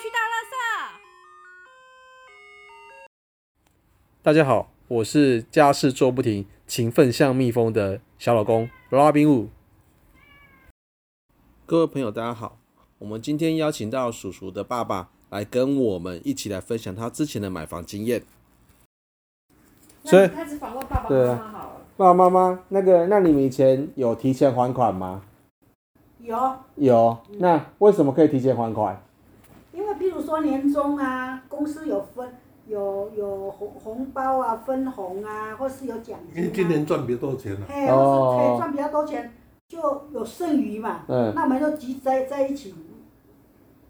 去大垃圾。大家好，我是家事做不停、勤奋像蜜蜂的小老公 Robin Wu。各位朋友，大家好，我们今天邀请到叔叔的爸爸来跟我们一起来分享他之前的买房经验。所以开始访问爸爸对妈啊妈好了。爸爸妈妈，那个，那你们以前有提前还款吗？有，有。那为什么可以提前还款？因为譬如说年终啊，公司有分有有红红包啊，分红啊，或是有奖因金、为啊。今年赚比较多钱了、哎，哦或是哎赚比较多钱，就有剩余嘛。嗯那我们就集在在一起，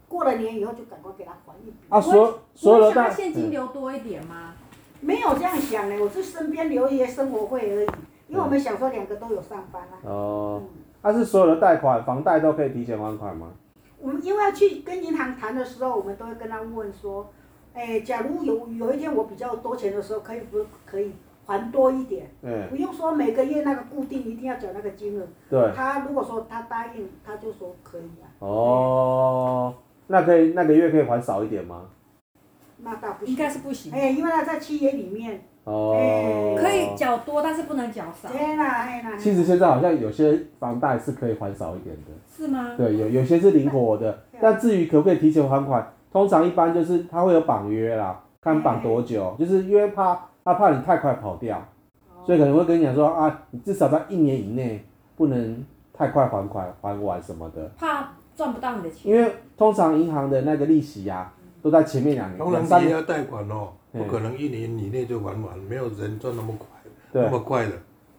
过了年以后就赶快给他还一笔。啊，所有所有我的想要大现金流多一点吗？没有这样想欸呢，我是身边留一些生活费而已，因为我们想说两个都有上班啊。哦嗯，它是所有的贷款、房贷都可以提前还款吗？我们因为要去跟银行谈的时候，我们都会跟他问说，哎，假如有有一天我比较多钱的时候，可以不可以还多一点？嗯，不用说每个月那个固定一定要缴那个金额。对。他如果说他答应，他就说可以啊，哦，那可以那个月可以还少一点吗？那倒不行。应该是不行，哎，因为他在契约里面，哦，可以。缴多，但是不能缴少，天啦哎啦，其实现在好像有些房贷是可以还少一点的，是吗？对，有有些是灵活的。但至于可不可以提前还款，通常一般就是它会有绑约啦，看绑多久，嗯就是因为怕他怕你太快跑掉，哦所以可能会跟你讲说啊，你至少在一年以内不能太快还款还完什么的。怕赚不到你的钱。因为通常银行的那个利息啊，都在前面两年、当两然三你也年，要贷款哦，嗯不可能一年以内就还完，没有人赚那么快，那对，么快的。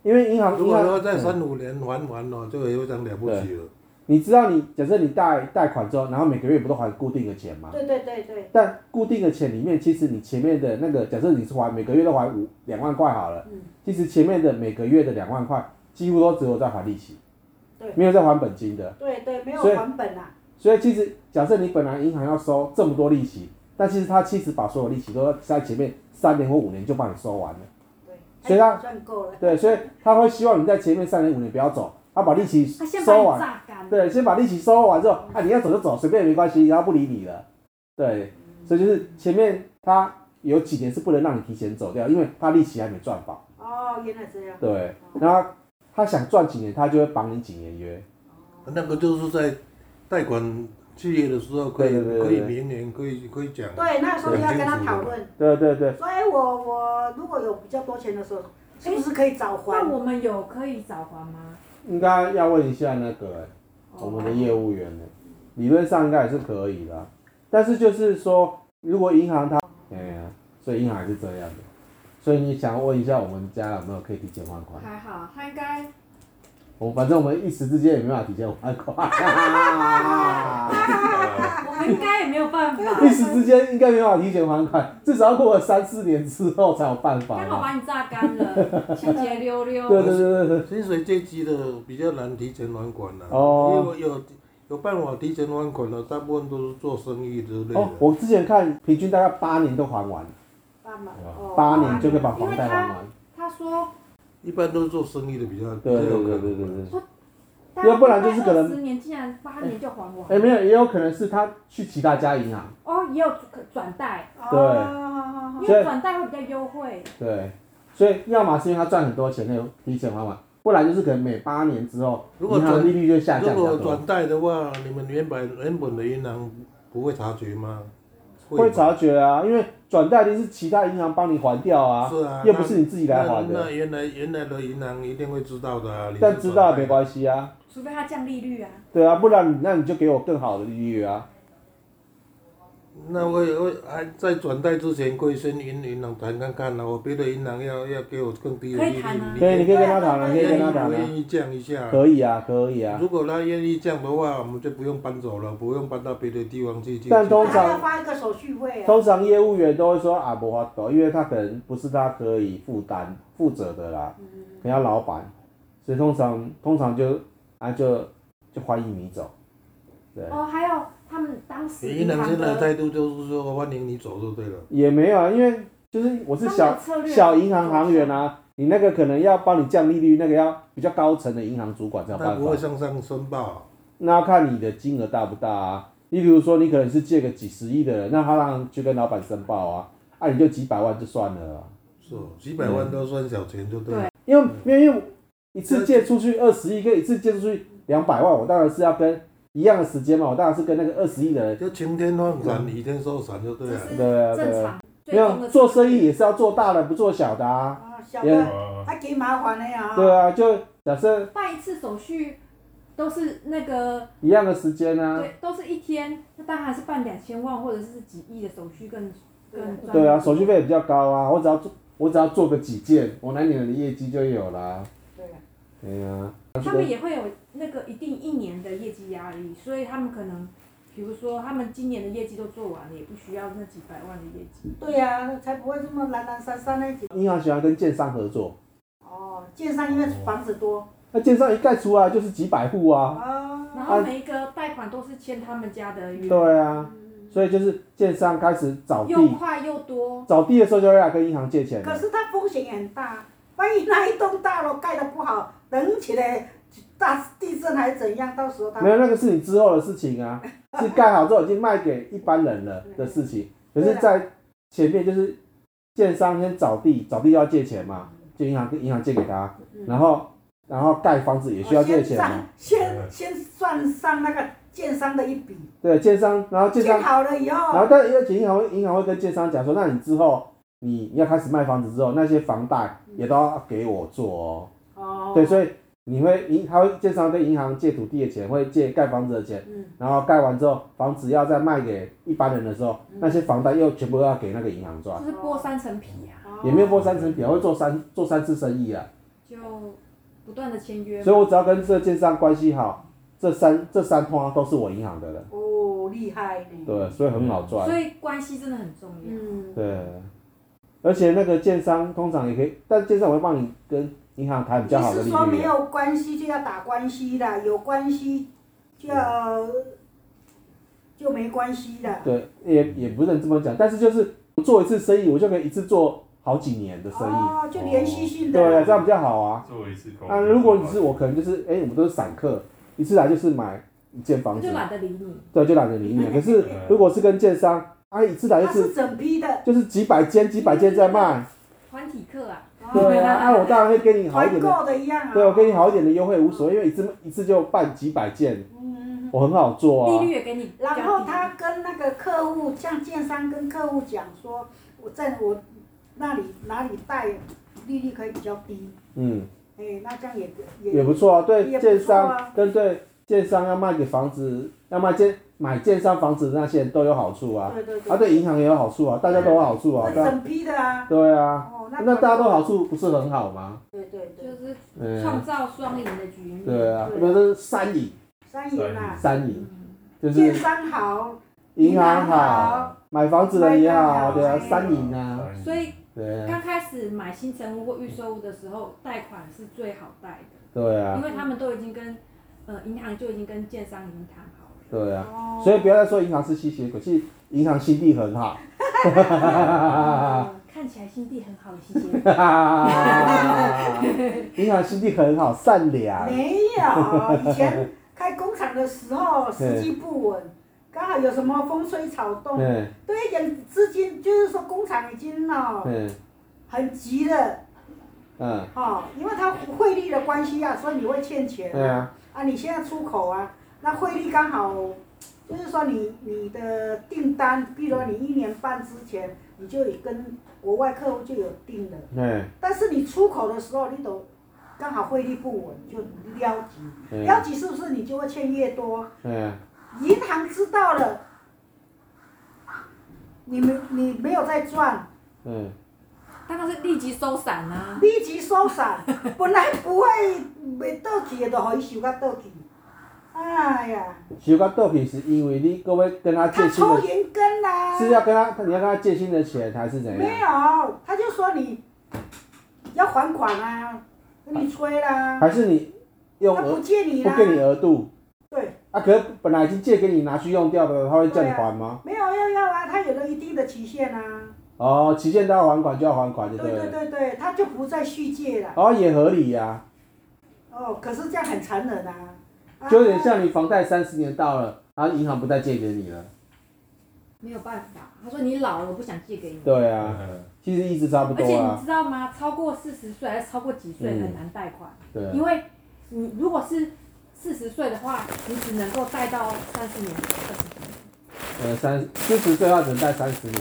因为银行如银果行，说在嗯三五年还完哦，这个有点了不起了。你知道你假设你贷贷款之后，然后每个月不都还固定的钱吗？对对对对，但固定的钱里面，其实你前面的那个，假设你是还每个月都还五两万块好了，嗯其实前面的每个月的两万块几乎都只有在还利息，对没有在还本金的。对对，没有所以还本啊，所以其实假设你本来银行要收这么多利息，但其实他其实把所有利息都在前面三年或五年就帮你收完了。所对，以他赚够了，对，所以他会希望你在前面三年五年不要走，他把利息他先把收你完，榨干，对，先把利息收完之后，啊，你要走就走，随便没关系，然后不理你了，对，所以就是前面他有几年是不能让你提前走掉，因为他利息还没赚饱，哦，原来这样，对，然后他想赚几年，他就会绑你几年约，那个就是在贷款契约的时候可以对对对可以对明年可以可以讲。对，那时候就要跟他讨论，对对对，说哎，我我如果有比较多钱的时候，是不是可以早那还？我们有可以早还吗？应该要问一下那个、我们的业务员呢，理论上应该也是可以的，但是就是说，如果银行它，哎呀、所以银行还是这样的，所以你想问一下我们家有没有可以提前还款？哦还好，他应该我反正我们一时之间也没办法提前还款，我们应该也没有办 法。 一时之间应该没办法提前还款，至少要过了三四年之后才有办法刚好嘛。把你榨干了，节节溜溜。对对对对对，薪水阶级的比较难提前还款了、哦因为有有办法提前还款的，大部分都是做生意之类的。哦，我之前看平均大概八年都还完，爸妈，哦，八年就可以把房贷还因为完。他说，一般都是做生意的比较比对较对有可对能。对对对。大要不然就是可能十年竟然八年就还完。哎、没有，也有可能是他去其他家银行，哦，也有转贷，对哦因所以为转贷会比较优惠。对，所以要么是因为他赚很多钱，那个提前还完，不然就是可能每八年之后，如果银行转利率就下降如比较果多，转贷的话，你们原本原本的银行不会察觉吗？会吗察觉啊，因为转贷一定是其他银行帮你还掉啊，是啊，又不是你自己那来还那的，那原来原来的银行一定会知道的、啊。你但知道也转贷没关系啊，除非它降利率啊，对啊，不然你那你就给我更好的利率啊，那我也会还在转贷之前，可以先银银行谈看看啊。我别的银行要要给我更低的可以利率谈啊，你可以，你可以跟他谈啊，对你可以跟他谈愿意不啊，愿意降一下？可以啊，可以啊，如果他愿意降的话，我们就不用搬走了，不用搬到别的地方去。去但通那常要发一个手续费啊。通常业务员都会说啊，不法抖，因为他可能不是他可以负担负责的啦，可能要老板，所以通常通常就啊就就欢迎你走，对，哦，还有他们当时银行现在的的，态度就是说欢迎你走就对了。也没有啊，因为就是我是他小们有策略小银行行员啊，你那个可能要帮你降利率，那个要比较高层的银行主管才有他办不会法，向上申报，那要看你的金额大不大啊，你比如说，你可能是借个几十亿的人，那他当然去跟老板申报啊，啊，你就几百万就算了啊，是哦，几百万都算小钱就对了。因为因为因为一次借出去二十亿，跟一次借出去两百万，我当然是要跟一样的时间嘛，我当然是跟那个二十亿的人，就晴天放闪，雨天收伞就对了。这对啊是正常。没有做生意也是要做大的，不做小的啊，啊，小也的啊，还挺麻烦的呀。哦对啊，就假设办一次手续都是那个一样的时间啊，对，都是一天，那当然还是办两千万或者是几亿的手续更更赚。对啊，手续费也比较高啊，我只要做我只要做个几件，我那年的业绩就有啦，对呀。对啊，他们也会有那个一定一年的业绩压力，所以他们可能，比如说他们今年的业绩都做完了，也不需要那几百万的业绩。对呀、才不会这么懒懒散散那几。银行喜欢跟建商合作。哦，建商因为房子多那建商一盖出来就是几百户啊，啊，然后每一个贷款都是签他们家的约，对啊，哦所以就是建商开始找又地，快又多，找地的时候就会来跟银行借钱可了。是它风险也很大，万一那一栋大楼盖的不好，等起来大地震还怎样？到时候它没有那个是你之后的事情啊，是盖好之后已经卖给一般人了的事情。可是，在前面就是建商先找地，找地要借钱嘛，嗯就银行跟银行借给他，然后然后盖房子也需要借钱嗯嘛。哦先算先先算上那个建商的一笔，对，建商，然后建商建好了以然后，后但而且银行会银行会跟建商讲说，那你之后你要开始卖房子之后，那些房贷也都要给我做哦。哦，对，所以你会银他会建商跟银行借土地的钱，会借盖房子的钱，嗯，然后盖完之后，房子要再卖给一般人的时候，嗯那些房贷又全部要给那个银行赚就，是剥三层皮啊，哦也没有过三层表，会做三做三次生意啊。就不断的签约。所以我只要跟这个建商关系好，这三这三通啊都是我银行的了，哦，厉害呢，对，所以很好赚。所以关系真的很重要。嗯，对，而且那个建商通常也可以，但建商我会帮你跟银行谈比较好你的是利说没率啊。有关系就要打关系啦，有关系就要就没关系啦。对，也也不能这么讲，但是就是做一次生意，我就可以一次做好几年的生意，哦，就连续性的。对啊，这样比较好啊。做一次哦口啊，如果你是我，可能就是，哎、我们都是散客，一次来就是买一间我房子就，懒得理你，对，就懒得理你。可是如果是跟建商，啊，一次来就它是是整批的，就是几百间、几百间在卖，团体课啊，对啊，啊，我当然会给你好一点团的，购的一样啊。对我给你好一点的优惠无所谓，因为一次一次就办几百件，嗯。嗯嗯我很好做啊利。率也给你比较低。然后他跟那个客户，像建商跟客户讲说，我在我那里哪里贷，利率可以比较低，嗯，哎、那这样也也也不错啊。对也不建错啊商跟对建商要卖给房子，要卖建买建商房子的那些人都有好处啊。对对对，啊，对银行也有好处啊，大家都有好处啊是。大整批的啊。对啊，哦，那大家都好。处不是很好吗？对对对就，是嗯啊创造双赢的局面。对啊，对那都是三赢，三赢啊，三赢嗯，就是建商好，银行银行好好，买房子的也买好，房好对啊，哎三赢啊，所以对啊，刚开始买新成屋或预售屋的时候，贷款是最好贷的，对因啊，为他们都已经跟呃银行就已经跟建商已经谈好了。对啊，哦，所以不要再说银行是吸血鬼，其实银行心地很好。嗯看起来心地很好的吸血鬼，哈哈哈哈 银行心地很好，善良。哦没有，以前开工厂的时候时机不稳，刚好有什么风吹草动，嗯对一点资金，就是说工厂已经哦嗯很急了嗯，哦，因为它汇率的关系啊，所以你会欠钱对啊，啊。你现在出口啊，那汇率刚好，就是说你你的订单，比如说你一年半之前你就有跟国外客户就有订了。嗯但是你出口的时候，你都刚好汇率不稳，就撩急，撩嗯急是不是你就会欠越多？嗯，银行知道了，你没你没有在赚，嗯，当然是立即收伞啊。立即收伞，本来不会袂倒去的，就互伊收到倒去。哎呀，学个豆皮是因为你各位跟他借他新抽的，银根啦、是要啊跟他你要跟他借新的钱还是怎没样？有，他就说你要还款啊，跟你催啦，还是你用他不额借你不啦，给你额度？对。啊，可是本来已经借给你拿去用掉的，他会叫你还吗？没有要要啊，他有了一定的期限啊。哦，期限到还款就要还款，就对对对了。对对，他就不再续借了。哦，也合理呀、哦，可是这样很残忍啊。啊啊就有点像你房贷三十年到了，啊，银行不再借给你了。没有办法。他说你老了不想借给你，对啊，嗯其实一直差不而多且你啊。知道吗？超过四十岁还是超过几岁嗯很难贷款，对啊因为你如果是四十岁的话，你只能够贷到三十年、二十年。呃，三四十岁的话只能贷三十年，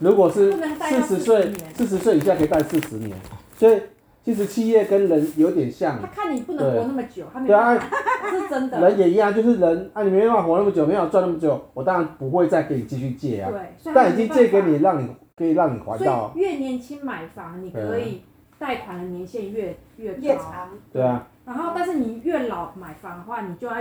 如果是不能贷四到十40岁，年四十岁以下可以贷四十年，所以其实企业跟人有点像他，看你不能活那么久，他没对啊办，法，是真的。人也一样，就是人啊，你没办法活那么久，没办法赚那么久，我当然不会再给你继续借啊，对，所以他但已经借给没你，让你可以让你还办法，到啊所，以越年轻买房，你可以贷款的年限越越高。越长对啊，然后，但是你越老买房的话，你就要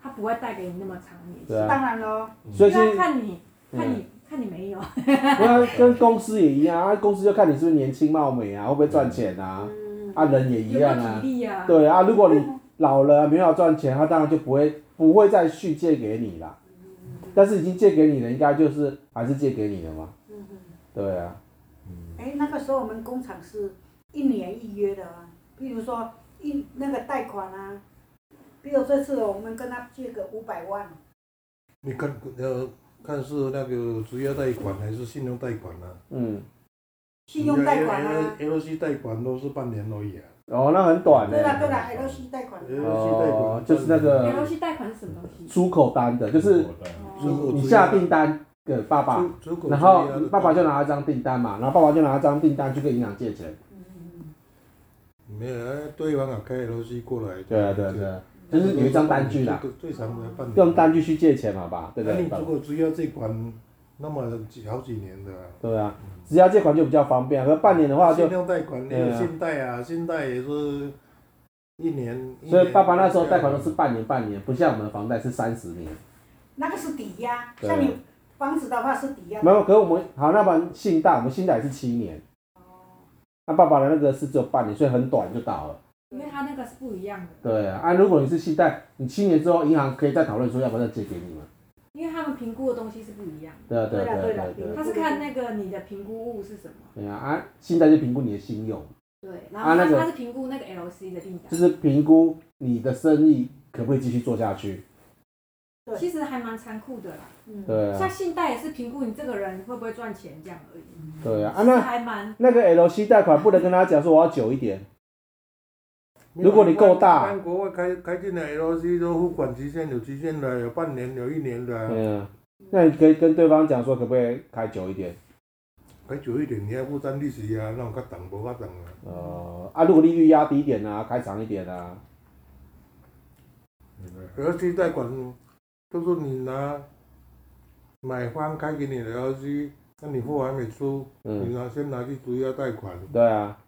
他不会带给你那么长年对限，啊当然咯，所以就要是看你看嗯，你嗯看你没有，对啊，跟公司也一样啊，公司就看你是不是年轻貌美啊，会不会赚钱啊，嗯，啊，人也一有没样有啊体，力啊？对啊，如果你老了没有赚钱，他当然就不会不会再续借给你啦。但是已经借给你了，应该就是还是借给你了嘛。对啊，哎，嗯那个时候我们工厂是一年一约的啊，譬如说一那个贷款啊，比如这次我们跟他借个五百万，你看呃，看是那个职业贷款还是信用贷款啊？嗯，信用贷款啊， L L C 贷款都是半年而已啊。哦，那很短对啊的、啦对啦，LC 贷款啊， L C 贷哦款就是那个然后去贷款是什么东西？出口单的，就是你嗯你下订单给爸爸，出口然后爸爸就拿一张订单嘛，然后爸爸就拿一张订单去跟银行借钱。嗯没有，哎对方啊开 L C 过来。对啊，对啊，对啊，嗯就是有一张单据啦，，最长的半 年。用单据去借钱嘛吧，对不那对你？如果只要这款，那么几好几年的啊。对啊，只要借款就比较方便，可半年的话就信用贷款，那对个啊信贷啊，信贷也是一年。一所以年爸爸那时候贷款都是半年半年，不像我们的房贷是三十年。那个是抵押，对像你房子的话是抵押没，有，可是我们好，那把信贷，我们信贷也是七年。哦那爸爸的那个是只有半年，所以很短就倒了。因为他那个是不一样的，对啊，啊如果你是信贷，你七年之后银行可以再讨论说要不要再借给你嘛？因为他们评估的东西是不一样对啊，对啊，对对啊啊对啊对啊对啊的，他是看那个你的评估物是什么。对啊，啊，信贷就评估你的信用，对，然啊后他那个他是评估那个 LC 的订单就，是评估你的生意可不可以继续做下去。对其实还蛮残酷的啦。嗯，对啊像，信贷也是评估你这个人会不会赚钱这样而已，对啊，啊其实那还蛮那个 L C 贷款不能跟他讲说我要久一点，如果你够大一般国外开开进来 L C 都付款期限有期限的，有半年，有一年的啊，嗯、那你可以跟对方讲说可不可以开久一点。开久一点，你还负担利息啊，那种较重无较重啊。呃，啊，如果利率压低一点啊，开长一点啊， L C 贷款就是你拿买方开给你的 L C，那你货还没出，嗯，你拿先拿去抵押贷款，对啊。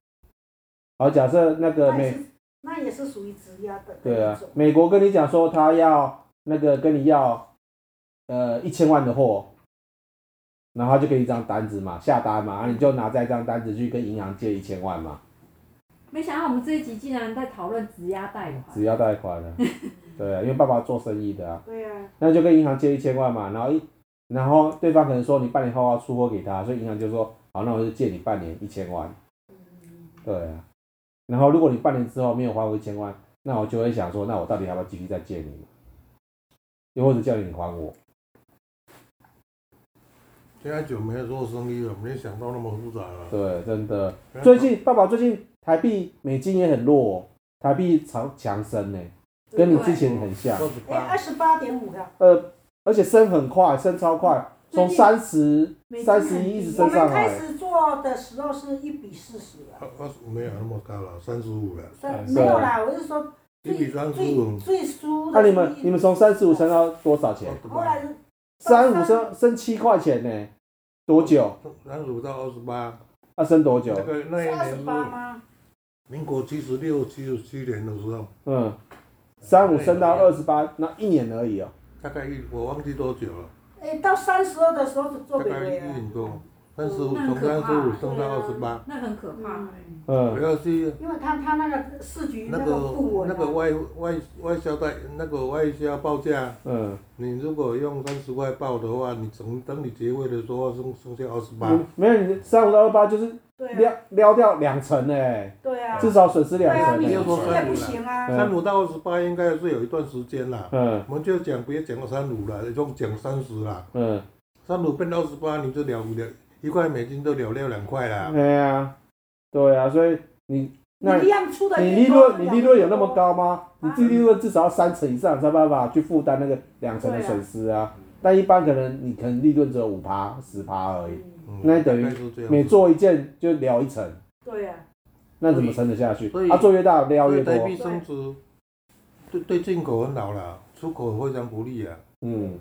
好，假设那个那也美，是那也是属于质押的对那啊种，，美国跟你讲说他要那个跟你要，呃，一千万的货，然后他就给你一张单子嘛，下单嘛，然啊后你就拿这张单子去跟银行借一千万嘛，没想到我们这一集竟然在讨论质押贷款只，要贷款 啊，对啊，因为爸爸做生意的啊，对啊，那就跟银行借一千万嘛，然后一，然后对方可能说你半年后要出货给他，所以银行就说好，那我就借你半年一千万，嗯对啊，然后如果你半年之后没有还我一千万，那我就会想说，那我到底要不要继续再借你？又或者叫你还我？现在久没有做生意了，没想到那么复杂了。对，啊真的，原来最近爸爸最近台币美金也很弱、哦，台币强强升呢、跟你之前很像，二十啊哎，八二十八点五啊的，呃，而且升很快，升超快，从最近三十美、金三很十一一直低我升上啊们开来，始做的时候是一比四十的，二二十没有那么高了，三十五了，三哎是啊没有啦，我是说一最比三十最五。最输那的是一。你们你们从三十五升到多少钱？后来是三五升升七块钱呢、多久？三十五到二十八，要、升多久那？个那一是二年十八是吗？民国七十六、七十七年的时候，嗯，三五升到二十八，那一年而已哦、大概一我忘记多久了，哎，到三十二的时候就大做北概北一了。年多，三十五那很从可三怕十五升到对啊二十八，那很可怕、嗯欸。嗯不，要去因为他他那个市局那个个不稳、啊那个外外外销代那个外销报价，嗯，你如果用三十块报的话，你等等你结汇的时候剩剩下二十八，你没有你三五到二八就是对啊撩撩掉两成呢、对啊，至少损失对两欸啊，成、你没有说现在不三五行啊，嗯三五到二十八应该是有一段时间啦。嗯我们就讲别讲三五了，就讲三十啦，嗯，三五变到二十八，你就了不了一块美金都了了两块啦。对啊，对啊，所以你你那利润出的你利润你利润有那么？高吗？你啊净利润至少要三成以上才有办法去负担那个两成的损失啊。嗯但一般可能你可能利润只有五趴十趴而已，嗯嗯那等于大概是这样每做一件就聊一成，对啊，那怎么撑得下去所以？啊，做越大撩所越以多台，币升值，对对进口很好啦，出口非常不利啊。嗯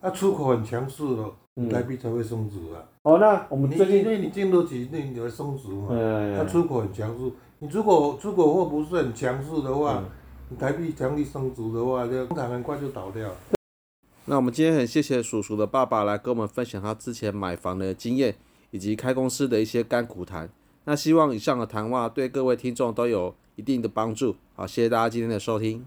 啊，出口很强势了，台嗯。币才会升值啊。哦，那我们你最因近为你进得起，那你才会升值嘛。它、嗯，出口很强势，你如果出口货不是很强势的话，嗯你台币强力升值的话，这工厂很快就倒掉了。那我们今天很谢谢叔叔的爸爸来跟我们分享他之前买房的经验，以及开公司的一些甘苦谈。那希望以上的谈话对各位听众都有一定的帮助。好，谢谢大家今天的收听。